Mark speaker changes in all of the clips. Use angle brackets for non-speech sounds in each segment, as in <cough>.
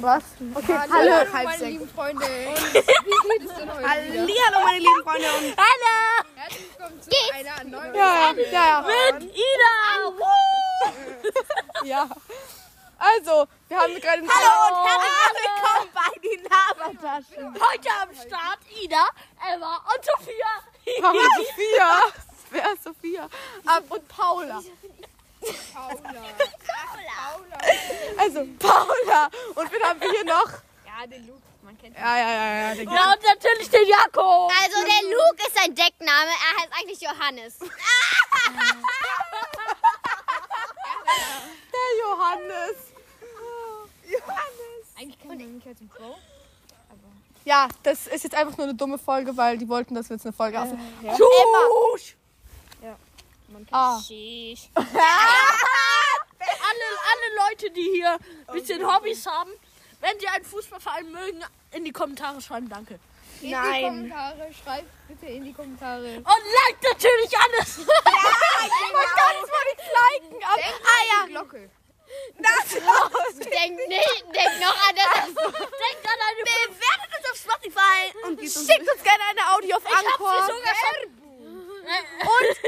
Speaker 1: Was? Okay, hallo.
Speaker 2: Hallo, meine lieben Freunde. <laughs> Und wie geht es denn heute? wieder?
Speaker 3: Hallihallo, meine lieben Freunde. Und
Speaker 4: Hallo!
Speaker 2: Herzlich willkommen zu
Speaker 4: Geht's?
Speaker 2: einer neuen
Speaker 1: Ja, ja, ja.
Speaker 4: Mit Ida!
Speaker 1: ja. Also, wir haben gerade einen
Speaker 4: Hallo und herzlich
Speaker 3: willkommen bei den Labertaschen.
Speaker 4: willkommen! Heute am Start Ida, Emma und Sophia.
Speaker 1: Haben wir Sophia. Wer ist Sophia? Ah, und Paula.
Speaker 2: Paula.
Speaker 1: Also, Paula. Und wen haben wir hier noch?
Speaker 2: Ja, den Luke. Man kennt
Speaker 1: Ja, ja, ja, ja. Den
Speaker 4: Ja, und natürlich den Jakob.
Speaker 5: Also der Luke ist sein Deckname, er heißt eigentlich Johannes.
Speaker 1: der Johannes.
Speaker 2: Eigentlich kennt man mich als ein Pro.
Speaker 1: Ja, das ist jetzt einfach nur eine dumme Folge, weil die wollten, dass wir jetzt eine Folge haben.
Speaker 3: Tusch.
Speaker 5: Oh.
Speaker 1: Ah.
Speaker 4: Ah. Alle, alle Leute, die hier ein bisschen Hobbys haben, wenn sie einen Fußballverein mögen, in die Kommentare schreiben, danke.
Speaker 2: In
Speaker 3: Nein.
Speaker 2: die Kommentare. Schreibt bitte in die Kommentare.
Speaker 4: Und like natürlich alles.
Speaker 2: Denkt an die Glocke.
Speaker 5: Denk nicht, denk noch an das.
Speaker 4: Denkt an eine
Speaker 3: Bewertet uns auf Spotify und schickt uns gerne eine Audio auf
Speaker 4: Ich hab sie
Speaker 3: Anchor.
Speaker 4: sogar schon.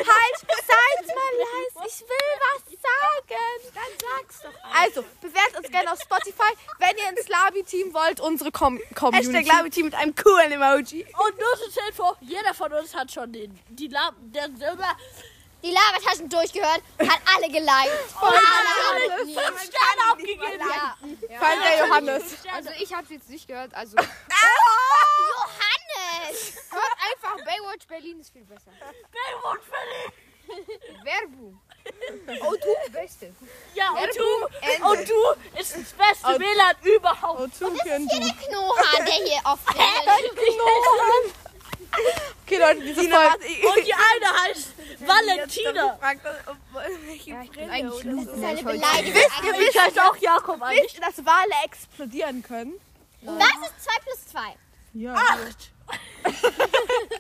Speaker 3: Halt, seid mal leise. Ich will was sagen. Dann sag's doch. <laughs>
Speaker 1: Also, bewertet uns gerne auf Spotify, wenn ihr ins Labi-Team wollt, unsere Com Community.
Speaker 3: Hashtag Laberteam mit einem coolen Emoji.
Speaker 4: Und nur so zur Info, jeder von uns hat schon den, die Lab, der selber
Speaker 5: Die Labertaschen durchgehört, hat alle geliked. Und alle haben
Speaker 4: fünf Sterne abgegeben.
Speaker 5: ja.
Speaker 1: Vor allem der Johannes.
Speaker 2: Also ich hab's jetzt nicht gehört. Also
Speaker 5: Johannes!
Speaker 2: hört einfach Baywatch Berlin ist viel besser.
Speaker 4: Baywatch Berlin.
Speaker 2: Werbung. Oh, du Beste.
Speaker 4: Ja, und
Speaker 2: Ende.
Speaker 4: du, und du ist das beste WLAN überhaupt.
Speaker 1: Oh, Tunken.
Speaker 5: Hier der Knohan, der hier oft ist.
Speaker 1: Okay, Leute, diese Folge.
Speaker 4: Und die eine heißt Valentina.
Speaker 2: Ja, ich bin
Speaker 3: eigentlich
Speaker 2: eigentlich
Speaker 5: Das ist
Speaker 2: Luke.
Speaker 5: eine Beleidigung.
Speaker 4: Ihr wisst heißt auch Jakob eigentlich.
Speaker 1: Wisst ihr, dass Wale explodieren können?
Speaker 5: Was ist 2 plus 2?
Speaker 1: Ja.
Speaker 4: Acht.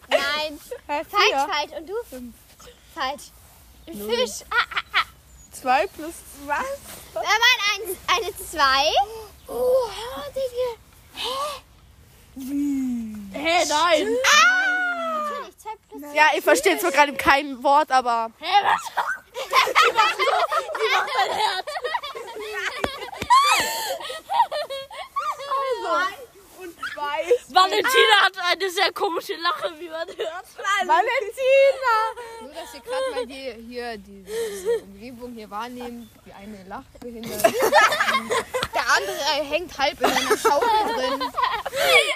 Speaker 5: Nein.
Speaker 1: Hä,
Speaker 5: Falsch,
Speaker 1: vier.
Speaker 5: falsch. Und du? Falsch. Ein Fisch. Ah,
Speaker 1: Zwei plus
Speaker 5: wenn man ein, eine 2. Oh, hör den hier.
Speaker 4: Hä, nein.
Speaker 5: Natürlich, 2 plus 2.
Speaker 1: Ja, ihr versteht zwar gerade kein Wort, aber.
Speaker 4: Hä, was?
Speaker 1: Also.
Speaker 4: Valentina hat eine sehr komische Lache, wie man hört.
Speaker 1: Valentina!
Speaker 2: Nur, dass ihr gerade mal die, hier die, diese Umgebung hier wahrnehmt. Die eine lacht behindert. Der andere hängt halb in einer Schaukel drin. Sie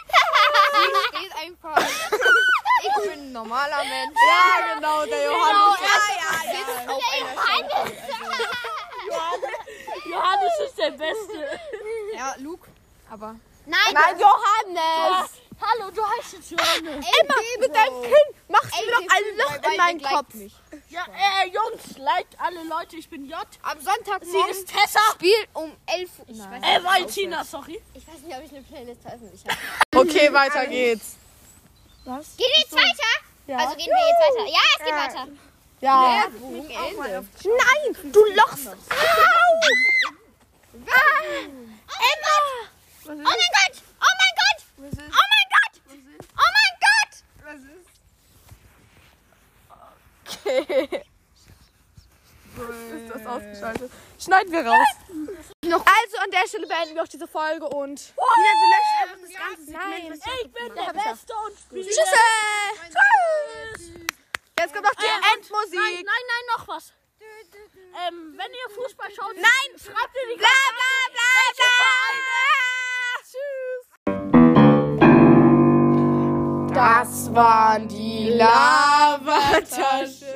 Speaker 2: steht einfach. Ich bin ein normaler Mensch.
Speaker 1: Ja, genau, der Johannes.
Speaker 2: Auf einer
Speaker 4: Johannes ist der Beste.
Speaker 2: Schau- ja, Luke. Aber
Speaker 5: Nein,
Speaker 1: Nein, Johannes!
Speaker 4: Hallo, du heißt jetzt Johannes.
Speaker 1: Emma, mit deinem Kinn machst du
Speaker 2: Ey,
Speaker 1: mir doch
Speaker 2: wir
Speaker 1: ein
Speaker 2: sind bei
Speaker 1: Loch in
Speaker 2: beiden
Speaker 1: meinen
Speaker 2: gleich
Speaker 1: Kopf.
Speaker 2: nicht.
Speaker 4: Ja, äh, Jungs, liked alle Leute, ich bin J.
Speaker 2: Am
Speaker 4: Sie
Speaker 2: Sonntagmorgen
Speaker 4: ist Tessa.
Speaker 2: spielt um 11 Uhr. Ich weiß
Speaker 4: Äh, Valentina, sorry.
Speaker 5: ich weiß nicht, ob ich eine Playlist veröffentlicht habe.
Speaker 1: Okay, weiter geht's.
Speaker 5: Gehen wir jetzt weiter? Also gehen wir jetzt weiter. Ja, es geht weiter.
Speaker 1: Ja.
Speaker 2: Werbung Ende.
Speaker 1: Nein, du lochst.
Speaker 5: Emma! Ah. Oh mein Gott! Oh mein Gott! Oh mein Gott! Oh mein Gott!
Speaker 1: Ist das ausgeschaltet? Schneiden wir raus. Also an der Stelle beenden wir auch diese Folge und.
Speaker 3: Nein.
Speaker 4: Ich bin der Beste und spiele.
Speaker 1: Tschüss! Tschüss! Jetzt kommt noch die
Speaker 4: Ähm, Nein, nein,
Speaker 1: Endmusik.
Speaker 4: nein, noch was. Ähm, wenn ihr Fußball schaut, nein, schreibt in die Kommentare.
Speaker 1: Das waren die Lavataschen.